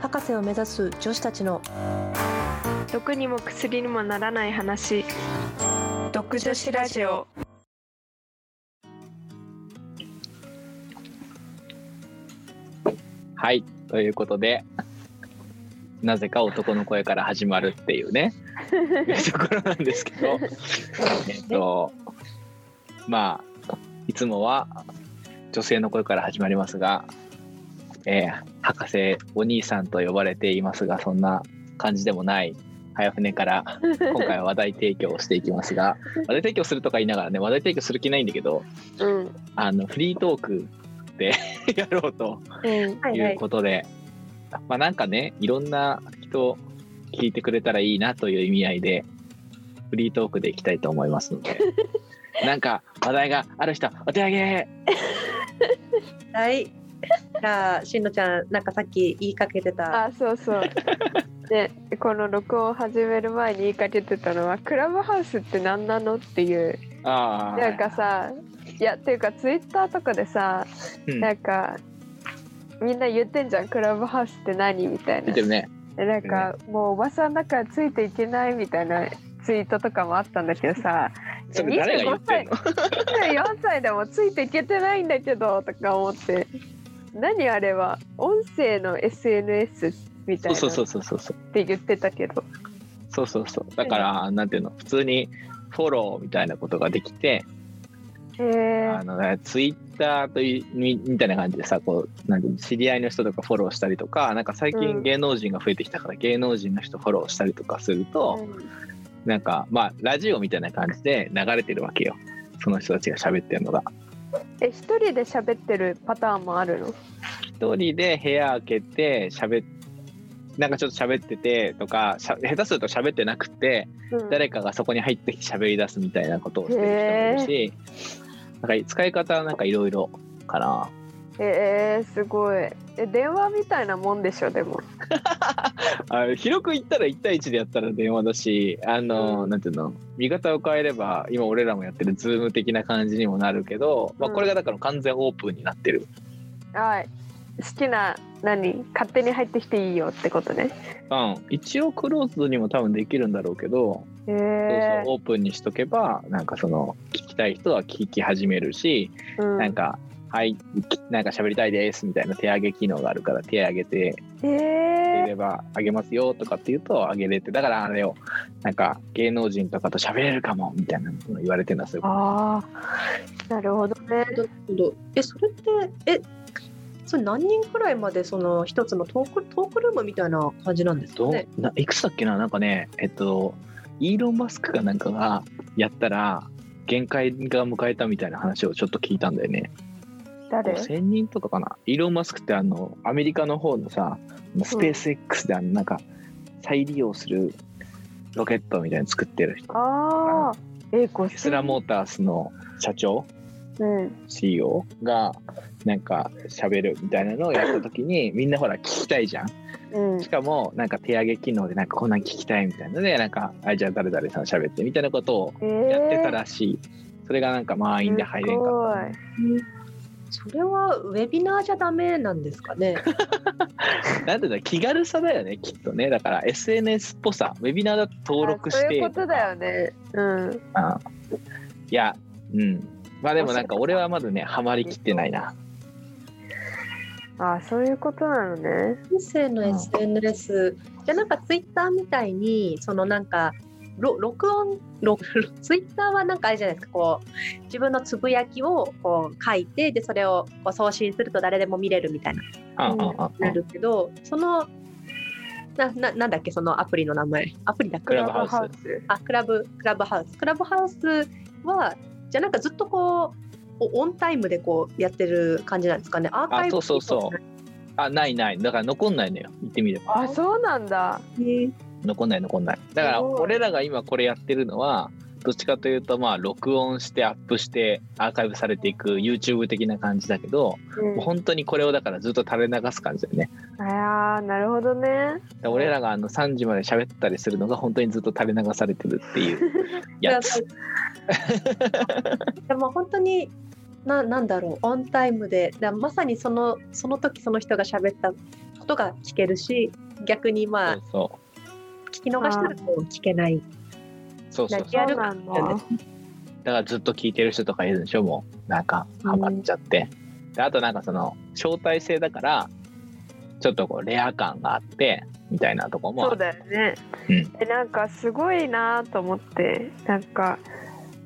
博士を目指す女子たちの毒にも薬にもならない話毒女子ラジオはい、ということで、なぜか男の声から始まるっていうね、いうところなんですけど、えっと、まあ、いつもは女性の声から始まりますが、えー博士お兄さんと呼ばれていますが、そんな感じでもない。早船から今回は話題提供をしていきますが話題提供するとか言いながらね話題提供する気ないんだけどうんあのフリートークで やろうとうんはいはいいうことで、まあなんかねいろんな人聞いてくれたらいいなという意味合いでフリートークでいきたいと思いますの でなんか話題がある人お手上げはい じゃあしんのちゃんなんかさっき言いかけてたあそうそう ねこの録音を始める前に言いかけてたのはクラブハウスって何なのっていうあーなんかさいやっていうかツイッターとかでさうんなんかみんな言ってんじゃんクラブハウスって何みたいな見てるねでなんかもうおばさんだからついていけないみたいなツイートとかもあったんだけどさそれ誰が言ってんの24歳でもついていけてないんだけどとか思って何あれは音声の SNS みたいなそうそっうそうそうそうて言ってたけどそうそうそうだからなんていうの普通にフォローみたいなことができて、へえあのね、ツイッターというみみたいな感じでさこうなんていうの知り合いの人とかフォローしたりとかなんか最う近ん芸能人が増えてきたから、芸能人の人フォローしたりとかすると、なんかまあラジオみたいな感じで流れてるわけよその人たちが喋ってるのが。え一人で喋ってるパターンもあるの一人で部屋開けて喋っなんかちょっと喋っててとかしゃ下手すると喋ってなくてうん誰かがそこに入ってきて喋り出すみたいなことをしてる人もいるしなんか使い方はなんかいろいろかな。えー、すごいえ電話みたいなもんでしょでもあ広く言ったら1対1でやったら電話だしあの、うんなんていうの見方を変えれば今俺らもやってるズーム的な感じにもなるけど、まあ、うんこれがだから完全オープンになってる、はい好きな何勝手に入ってきていいよってことねうん、一応クローズドにも多分できるんだろうけど、へそうえそうオープンにしとけばなんかその聞きたい人は聞き始めるし、うんなんか「はいきなんか喋りたいです」みたいな手上げ機能があるから手上げてへ入えればあげますよとかって言うとあげれてだからあれをなんか芸能人とかと喋れるかもみたいなの言われてるのはそういうことああなるほどねなるほどえそれってえそれ何人くらいまでその一つのトークトークルームみたいな感じなんですかどねないくつだっけななんかねえっとイーロン・マスクかなんかがやったら限界が迎えたみたいな話をちょっと聞いたんだよね誰5000人とかかなイーロン・マスクってあのアメリカの方のさスペース X であのなんか再利用するロケットみたいに作ってる人ああえごテスラモータースの社長うん、 CEO がなんか喋るみたいなのをやった時にみんなほら聞きたいじゃんうん、しかもなんか手上げ機能でなんかこんなん聞きたいみたいなのでなんかあじゃあ誰々さん喋ってみたいなことをえやってたらしい、それがなんか満員で入れんかっそれはウェビナーじゃダメなんですかね たなんていうんだ気軽さだよねきっとねだから SNS っぽさウェビナーだと登録してそういうことだよねうんあいやうんまあでもなんか俺はまだねハマりきってないなあーそういうことなのね音声のうん SNS じゃあなんかツイッターみたいにそのなんかろ録 音ろツイッターはなんかあれじゃないですかこう自分のつぶやきをこう書いてでそれをこう送信すると誰でも見れるみたいなうんうんうんうんなるけどそのなななんだっけそのアプリの名前アプリだっけクラブハウスあクラブクラブハウスクラブハウスはじゃあなんかずっとこうおオンタイムでこうやってる感じなんですかねアーカイブあそうそうそうあないないだから残んないのよ言ってみればあそうなんだへえ残んない残んないだからすごい俺らが今これやってるのはどっちかというとまあ録音してアップしてアーカイブされていく YouTube 的な感じだけど、うんもう本当にこれをだからずっと垂れ流す感じだよねあーなるほどねだから俺らがあの3時まで喋ったりするのが本当にずっと垂れ流 されてるっていうやつでも本当にななんだろうオンタイムでだまさにそのその時その人が喋ったことが聞けるし逆にまあそうそ聞き逃したらこう聞けないうそうそう泣きそやそうるうなんだ。だからずっと聞いてる人とかいるでしょもうなんかハマっちゃって、であとなんかその招待制だからちょっとこうレア感があってみたいなとこもあそうるだよね、うんえなんかすごいなと思ってなんか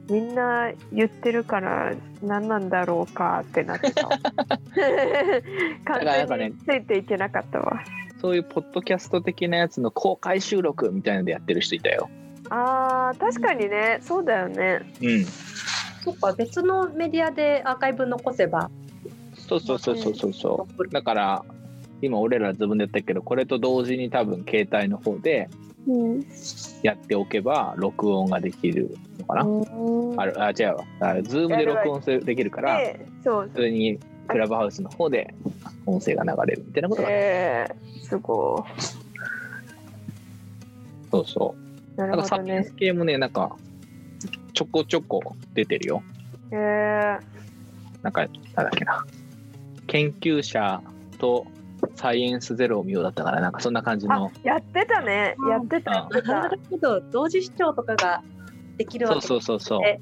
みんな言ってるから何なんだろうかってなってた わ らなんか完全ねについていけなかったわそういうポッドキャスト的なやつの公開収録みたいのでやってる人いたよあー確かにねそうだよねうんそっか別のメディアでアーカイブ残せばそうそうそうそうそうそ残るうだから今俺ら自分でやったけどこれと同時に多分携帯の方でうんやっておけば録音ができるのかな、あるあ違うわあズームで録音するできるからでそう普通にクラブハウスの方で音声が流れるみたいなことが、えー、すごそうそういななるんかほサどピエンねス系もねなんかちょこちょこ出てるよえー、なんかなんだっけな研究者とサイエンスゼロを見ようだったからなんかそんな感じあのやってたねやってたやってなたるほど同時視聴とかができるわそけうそうそうそうえ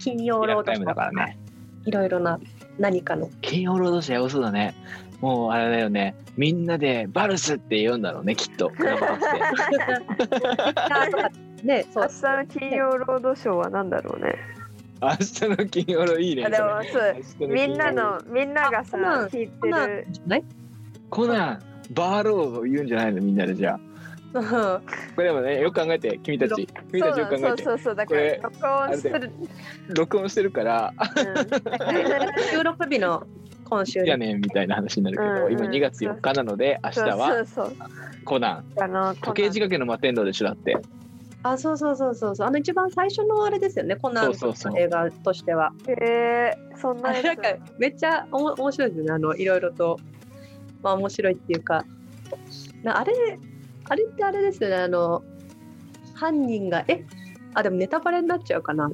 金曜リアロールドタシイョムーだとかからねいろいろな何 かの金曜ロードショーやばそうだねもうあれだよねみんなでバルスって言うんだろうねきっとクラブハウスでねそ明う日の金曜ロードショーは何だろうね。明日の金曜ロードいいねあでもそうそれみんなのみんながさあコナン聞いてコナンるじゃないコナンバーローを言うんじゃないのみんなでじゃあうんこれでもねよく考えて君たち君そたうちなよくの考そうえてそうそうだかこれら録音する、録音してるからあ収録日の今週いやねんみたいな話になるけど、うんうん今2月4日なので明日そうそはうそうコナンあの時計仕掛けの摩天楼でしょだってあそうそうそうそうそうあの一番最初のあれですよねコナンそうそうそうの映画としてはえー、そんあなれなやんつかめっちゃおも面白いですよねあのいろいろとまあ面白いっていうかなあれあれってあれですよねあの犯人がえあでもネタバレになっちゃうかな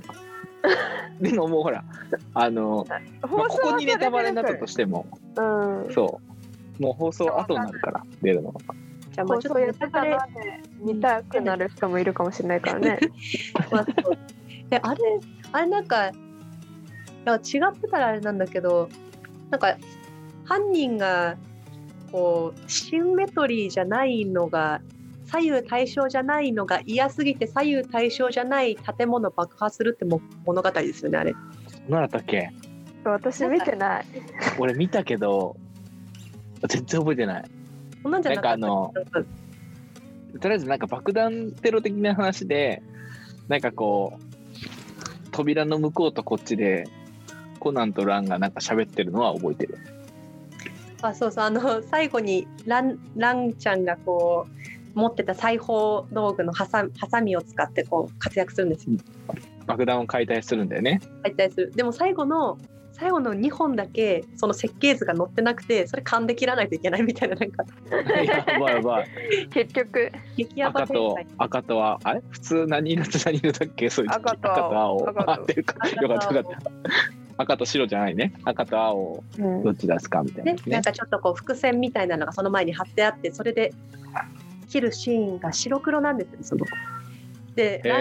でももうほらあの、まあここにネタバレになったとししてもて、うん、そうもう放送後になるから出るのがじゃあまあ放ちょっと送やネってタたバレなで見たくなる人もいるかもしれないか らね。まあそうであれあれなんかなんか違ってたらあれなんだけどなんか犯人がこうシンメトリーじゃないのが左右対称じゃないのが嫌すぎて左右対称じゃない建物爆破するっても物語ですよねあれ。何だったっけ私見てない。俺見たけど全然覚えてないそんなんじゃなかったなんかあのとりあえずなんか爆弾テロ的な話でなんかこう扉の向こうとこっちでコナンとランがなんか喋ってるのは覚えてるあそうそうあの最後にランランちゃんがこう持ってた裁縫道具のハサミハサミを使ってこう活躍するんですよ爆弾を解体するんだよね入ったりするでも最後の最後の2本だけその設計図が載ってなくてそれ噛んで切らないといけないみたいななんかやばいやばい。結局激ヤバ赤展と開赤とはあれ普通何色と何色だっけそういう時赤と青青赤とあ合ってるかよかったよかった。赤と白じゃないね。赤と青うんどっち出すかみたいなねやつなねん。かちょっとこう伏線みたいなのがその前に貼ってあってそれで切るシーンが白黒なんですよそのでラン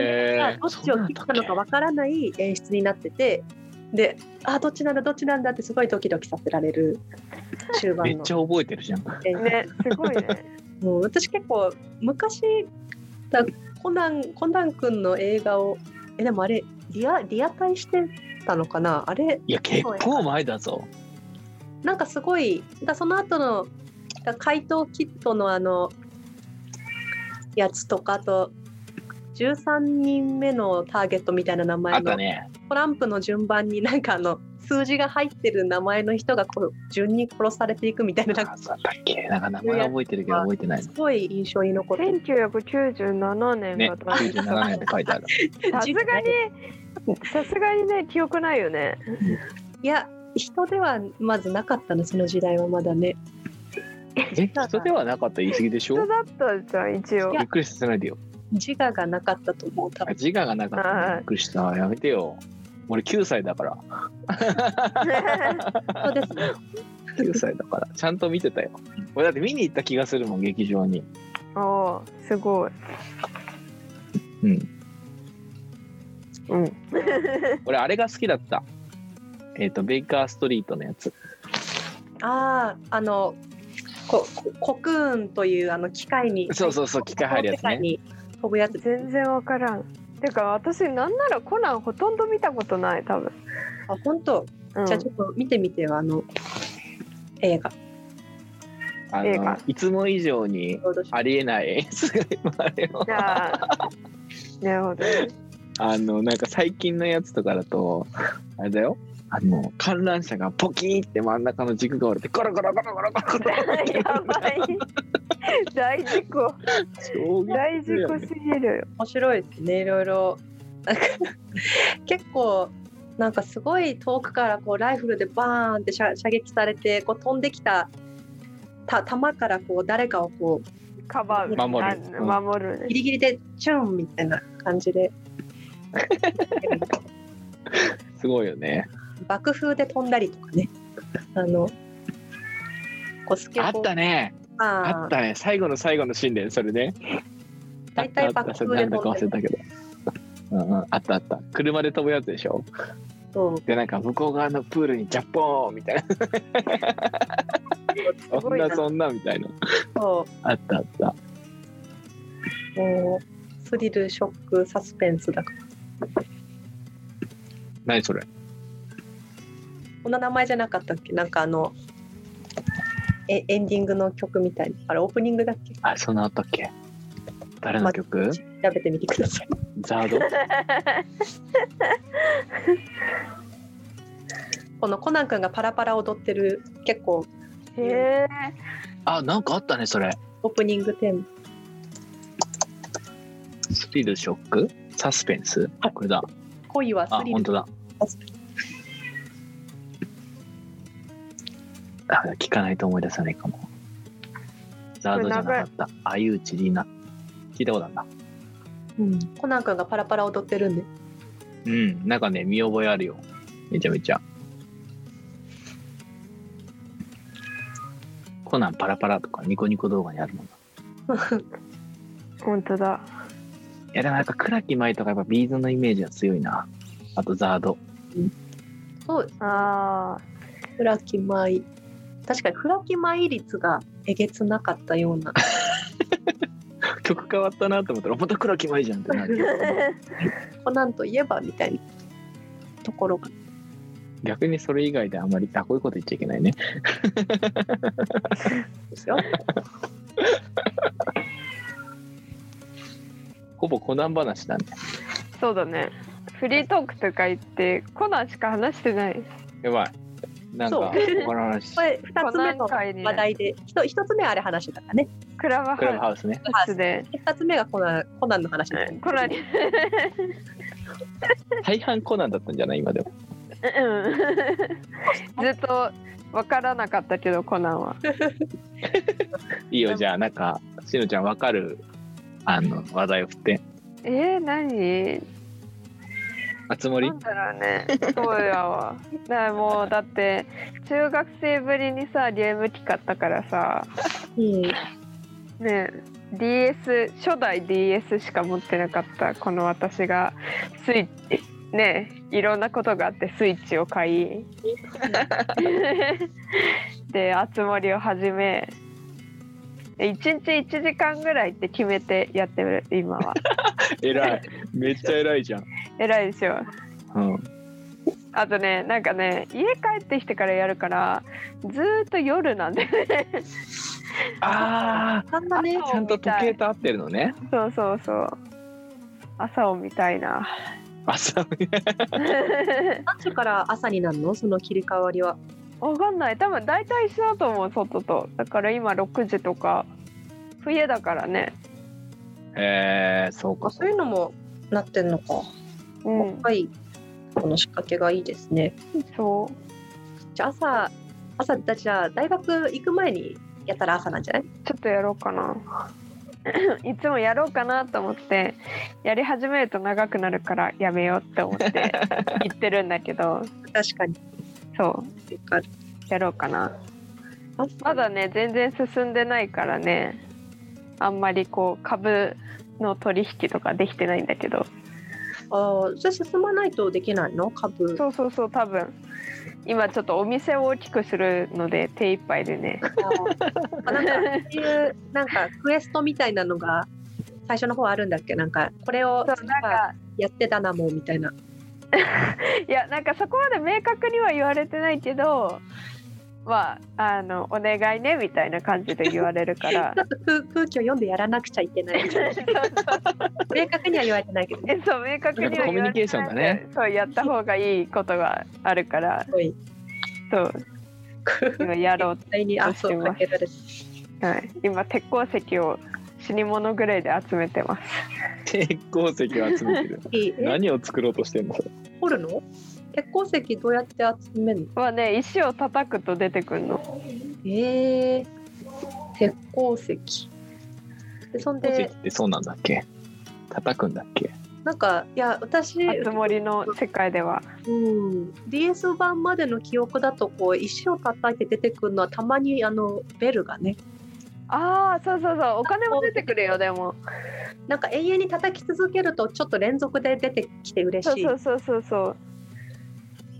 がへーどっちを切ったのかわからない演出になっててであどっちなんだどっちなんだってすごいドキドキさせられる終め盤っのちゃ覚えてるじゃん。演出ねすごいね。もう私結構昔だコナンコナン君の映画をえでもあれリアリアタイしてたのかなあれいや結構前だぞ。なんかすごいだその後のだ怪盗キットのあのやつとかあと13人目のターゲットみたいな名あ前っの、たね。トランプの順番になんかあの数字が入ってる名前の人がこう順に殺されていくみたいななんあかったっけなんか名前は覚えてるけど覚えてないす。ごい印象に残ってる1997年ね、だった。 97年って書いてある。 さすがにさすがにね記憶ないよね。いや人ではまずなかったのその時代はまだねえ、人ではなかった言い過ぎでしょ人だったじゃん一応び。っくりさせないでよ。自我がなかったと思う多あ 分自我がなかったね。びっくりした。やめてよ。俺9歳だからそうですね。 9歳だからちゃんと見てたよ俺だって見に行った気がするもん劇場に おーすごい。うんうん。俺あれが好きだったえっ、とベイカーストリートのやつああ、あの、ここコクーンというあの機械に、そうそうそう機械入るやつこの世界ねに飛ぶやつ。全然わからん。てか私なんならコナンほとんど見たことない多分。あ、本当。うん、じゃあちょっと見てみてよあの映画。あ映画のいつも以上にありえない演出が今あれよじゃあなるほどね。 あのなんか最近のやつとかだとあれだよあの観覧車がポキーって真ん中の軸が折れてコロコロコロコロコロコロやばい。 大事故。衝撃大事故すぎるよ。面白いですねいろいろ。なんか 結構なんかすごい遠くからこうライフルでバーンって射射撃されてこう飛んできたた弾からこう誰かをこうカバー守るあ守るねギ。リギリでチュンみたいな感じですごいよね爆風で飛んだりとかね あのこうスケボあーったねあーあったね最後の最後のシーンでそれね大体あったあった爆風でなんだか忘れたけどうんうん、あったあった車で飛ぶやつでしょそうでなんか向こう側のプールにジャポーンみたい なすそごんいななそんなみたいなそあったあったうもうスリルショックサスペンスだから何それこんな名前じゃなかったっけなんかあのえエンディングの曲みたいなあれオープニングだっけあそんなあったっけ誰の曲、調べてみてくださいザードこのコナン君がパラパラ踊ってる結構へえ。あなんかあったねそれオープニングテーマスリルショックサスペンスあこれだ恋はあスリ本ル当だあ聞かないと思い出さないかもザードじゃなかった相内里奈聞いたことあるなうんコナン君がパラパラ踊ってるんでうんなんかね見覚えあるよめちゃめちゃコナンパラパラとかニコニコ動画にあるもんない本当だ。やでもなんか倉木舞とかやっぱビーズのイメージが強いなあとザード そうああ。フラキマイ確かにフラキマイ率がえげつなかったような 曲変わったなと思ったらまた倉木舞じゃんってな るコナンといえばみたいなところが逆にそれ以外であんまりあこういうこと言っちゃいけないねですよほぼコナン話だねそうだね。フリートークとか言ってコナンしか話してない。やばいなんかそう他の 話これ2つ目のコナン会にね話題で 1, つ目はあれ話だからねクラブクラブハハウスねウスで。 2つ目がコナンコナンの話だよねコナンに。大半コナンだったんじゃない今でもうんずっとわからなかったけどコナンは。いいよじゃあなんかしのちゃんわかるあの話題を振ってえー、何あつ森なんだろうね。そうやわ。だからもうだって中学生ぶりにさゲーム機買ったからさ、うんねえ DS 初代 DS しか持ってなかったこの私がスイッチねえいろんなことがあってスイッチを買いで集まりを始め1日1時間ぐらいって決めてやってる今は偉いめっちゃ偉いじゃん、偉いでしょうん、あとねなんかね家帰ってきてからやるからずーっと夜なんであそんなねーちゃんと時計と合ってるのねそうそうそう朝を見たいな朝何時から朝になるのその切り替わりはわかんない多分大体一緒だと思う外とだから今6時とか冬だからねえー、そうあかそういうのもなってんのか、うんはいこの仕掛けがいいですねそじゃあ朝朝だじゃあ大学行く前にやったら朝なんじゃないうちょっとやろうかな いつもやろうかなと思ってやり始めると長くなるからやめようって思って 言ってるんだけど確かに。そうわかるやろうかなまだね全然進んでないからねあんまりこう株の取引とかできてないんだけどああ、それ進まないとできないの株。そうそうそう多分今ちょっとお店を大きくするので手一杯でねあなんかそういうなんかクエストみたいなのが最初の方あるんだっけなんかこれそをうなんかやってたなもうみたいな。いやなんかそこまで明確には言われてないけどまああのお願いねみたいな感じで言われるから ちょっと空空気を読んでやらなくちゃいけない みたいな。明確には言われてないけど、ね、えそう明確には言われてないコミュニケーションだねそうやった方がいいことがあるからすごい。そう今やろう絶対 にあそうしてまだすけどです。 はい、今鉄鉱石を死に物ぐらいで集めてます。鉄鉱石を集めてる え何を作ろうとしてんのそれ掘るの？鉄鉱石どうやって集めるの？まあね、石を叩くと出てくるの。ええ鉄鉱石。でそん鉱石っでてそうなんだっけ叩くんだっけなんかいや私あつ森の世界では。うん、DS 版までの記憶だとこう石を叩いて出てくるのはたまにあのベルがねああ、そうそうそう、お金も出てくるよ、でも。なんか永遠に叩き続けるとちょっと連続で出てきて嬉そしういそうそうそうそ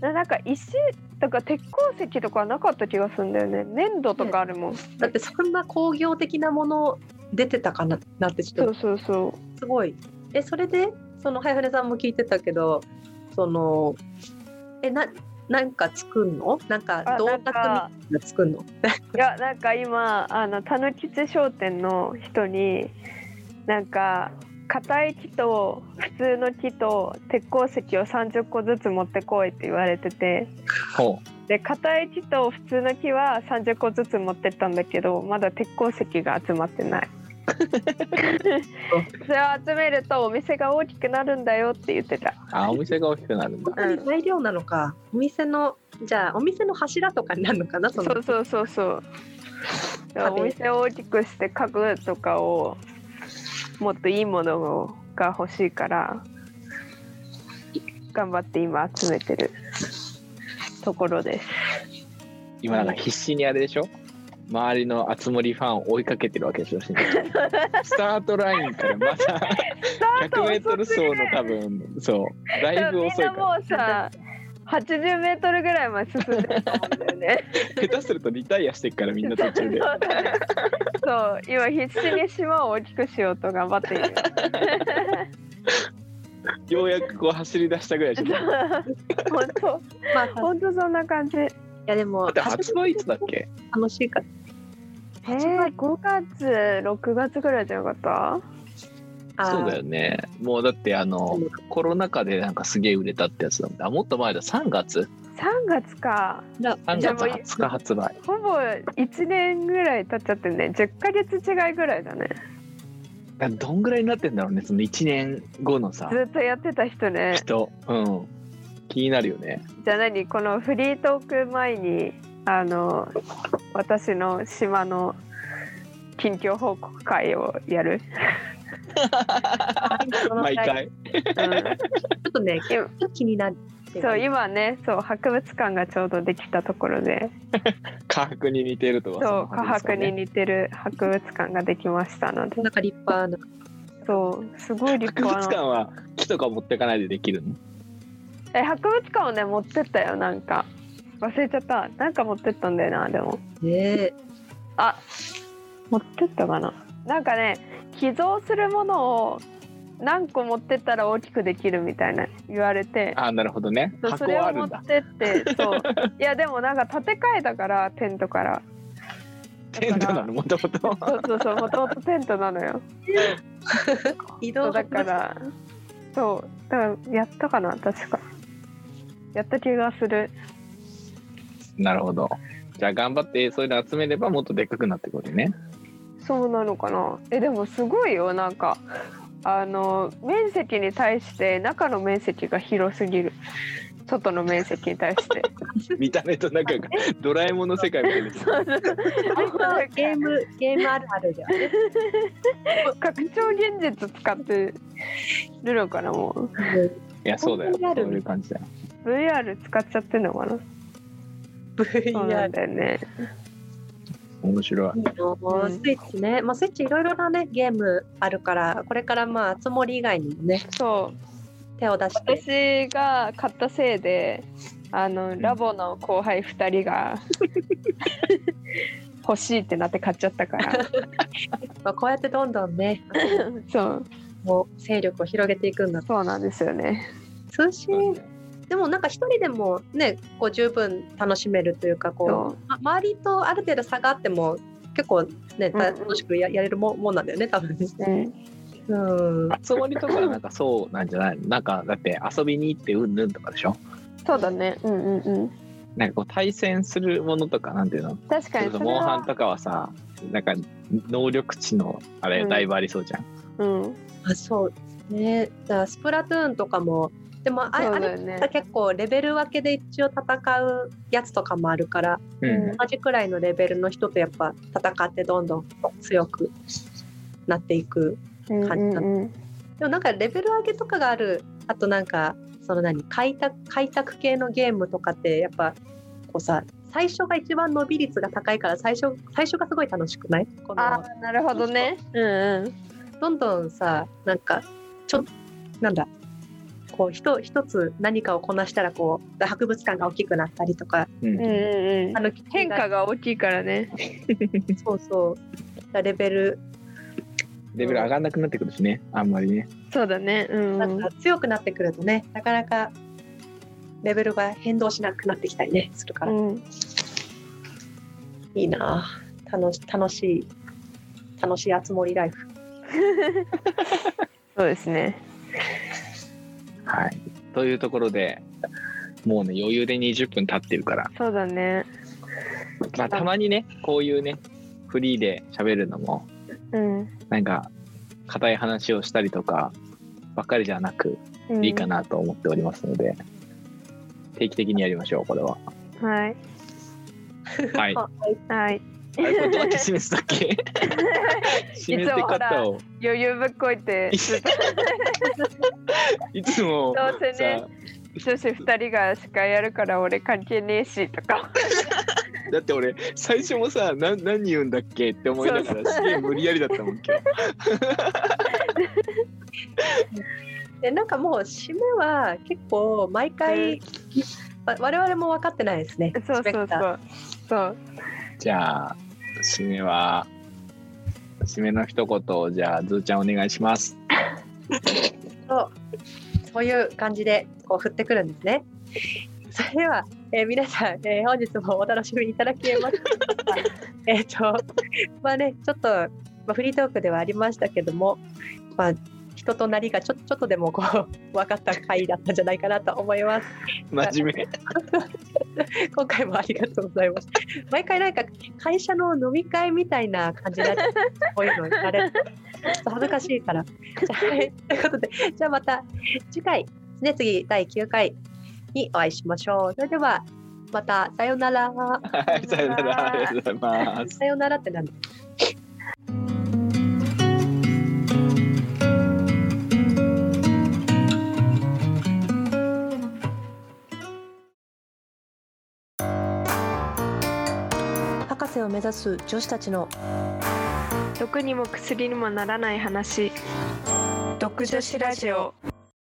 う。ななんか石とか鉄鉱石とかはなかった気がするんだよね。粘土とかあるもん。だってそんな工業的なもの出てたかななってちょそっうそうそとすごいえそれでそのハイフネさんも聞いてたけどそのえななんか作んのなんかう。あどうなやっんてか作んのいやなんか今あのたぬきち商店の人になんか硬い木と普通の木と鉄鉱石を30個ずつ持ってこいって言われててほで硬い木と普通の木は30個ずつ持ってったんだけどまだ鉄鉱石が集まってない それを集めるとお店が大きくなるんだよって言ってたうあお店が大きくなるんだ本当に材料なのかお店のじゃあお店の柱とかになるのかなそそのうそうそうそうだからお店を大きくして家具とかをもっといいものが欲しいから頑張って今集めてるところです今なんか必死にあれでしょ周りの熱森ファンを追いかけてるわけでしょし んちゃんスタートラインからまた 100m 走の多分そうだいぶみん遅いなからもうさ80メートルぐらいまで進んでると思うんだよね 下手するとリタイアしてっからみんな途中でそうだねそう今必死に島を大きくしようと頑張ってい るようやくこう走り出したぐらいでしょだ本当まあい本当そんな感じえやでもって発売いつだっけ楽しいからー、5月6月ぐらいじゃなかっあーそう だよねもうだってあのコロナ禍でなんかすげえ売れたってやつなんだあもっと前だ3月た3月か3じゃあ月もうい20日発売ほぼ1年ぐらい経っちゃってね10ヶ月違いぐらいだねだからどんぐらいになってんだろうねその1年後のさずっとやってた人ね人うん気になるよねじゃあ何このフリートーク前にあの私の島の近況報告会をやる、その毎回うんちょっとね、ちょっと気になる。そう今ねそう博物館がちょうどできたところで科博に似てるとはそうの科話です博よねに似てる博物館ができましたのでなんか立派な。そうすごい立博物派館なは木とか持ってかないでできるのえ博物館をね持ってったよなんか忘れちゃったなんか持ってったんだよなでもねえ。あ持ってったかななんかね寄贈するものを何個持ってったら大きくできるみたいな言われてあなるほどねそうそ箱れはあをる持んだってって そういやでもなんか建て替えたからテントからテントなのもともとそうそうそうもともとテントなのよ移動そうだからそうだからやったかな確かやった気がする なるほどじゃあ頑張ってそういうの集めればもっとでっかくなってくるねそうなのかなえでもすごいよなんかあの面積に対して中の面積が広すぎる外の面積に対して。見た目と中がドラえもんの世界みたいですそうそう割とゲームゲームあるあるではね。拡張現実使ってるのかなもういやそうだよ本当にあるそういう感じだよ VR 使っちゃってんのかなそうなん VR だよね面白いいいのうんスイッチね、まあ、スイッチいろいろな、ね、ゲームあるからこれからまあつもり以外にもねそう手を出して私が買ったせいであのラボの後輩2人が欲しいってなって買っちゃったからまあ、こうやってどんどんねそうもう勢力を広げていくんだそうなんですよね通信でもなんか一人でもねこう十分楽しめるというかこ、そうま周りとある程度差があっても結構ねたうんうん楽しくややれるももんなんだよね多分ね。う、うん、うん集まりとかなんかそうなんじゃないのなんかだって遊びに行ってうんぬんとかでしょそうだねうんうんうんなんかこう対戦するものとかなんていうの確そかれにこそそれモンハンはとかはさなんか能力値のあれうんだいぶありそうじゃん、うんあそうですねだからスプラトゥーンとかもでもああそうだれよね結構レベル分けで一応戦うやつとかもあるからうんうん同じくらいのレベルの人とやっぱ戦ってどんどん強くなっていくうんうんうんでもなんかレベル上げとかがあるあとなんかその何開拓開拓系のゲームとかってやっぱこうさ最初が一番伸び率が高いから最初最初がすごい楽しくないこあのーなるほどねうんうんどんどんさなんかちょなんだこうひと一つ何かをこなしたらこう博物館が大きくなったりとかうんうんうんうんあの変化が大きいからねそうそうレベルレベル上がんなくなってくるしねあんまりねそうだねうんうなんんか強くなってくるとねなかなかレベルが変動しなくなってきたりねするから。うんいいなあ楽し楽しい楽しいあつ森ライフそうですねはいというところでもうね余裕で20分経ってるから、そうだねまあ、たまにねこういうねフリーで喋るのもうんなんか硬い話をしたりとかばっかりじゃなくうんいいかなと思っておりますので、定期的にやりましょうこれは。 はいはい。あはいれこれどうやって締めてたっ け締めて方を余裕ぶっこいていつもどうせさ、ね女子二人が司会やるから俺関係ねえしと かだって俺最初もさな何言うんだっけって思いながそうらすげえ無理やりだったもん今日。でなんかもう締めは結構毎回、わ我々も分かってないですねそうそうスペクターそうそうじゃあ締めは締めの一言をじゃあズーちゃんお願いします。そういう感じでこう振ってくるんですねそれでは、えー皆さん、えー本日もお楽しみいただ けますえっとまあねちょっと、まあ、フリートークではありましたけどもまあ人となりがちょちょっとでもこう分かった回だったんじゃないかなと思います真面目。 今回もありがとうございます。毎回なんか会社の飲み会みたいな感じになって、こういうのやれる、ちょっと恥ずかしいから。はい、ということで、じゃあまた次回、ね、次第9回にお会いしましょう。それでは、またさようなら。はい、さよな ら。ありがとうございます。さようならってなんだ博士を目指す女子たちの毒にも薬にもならない話毒女子ラジオ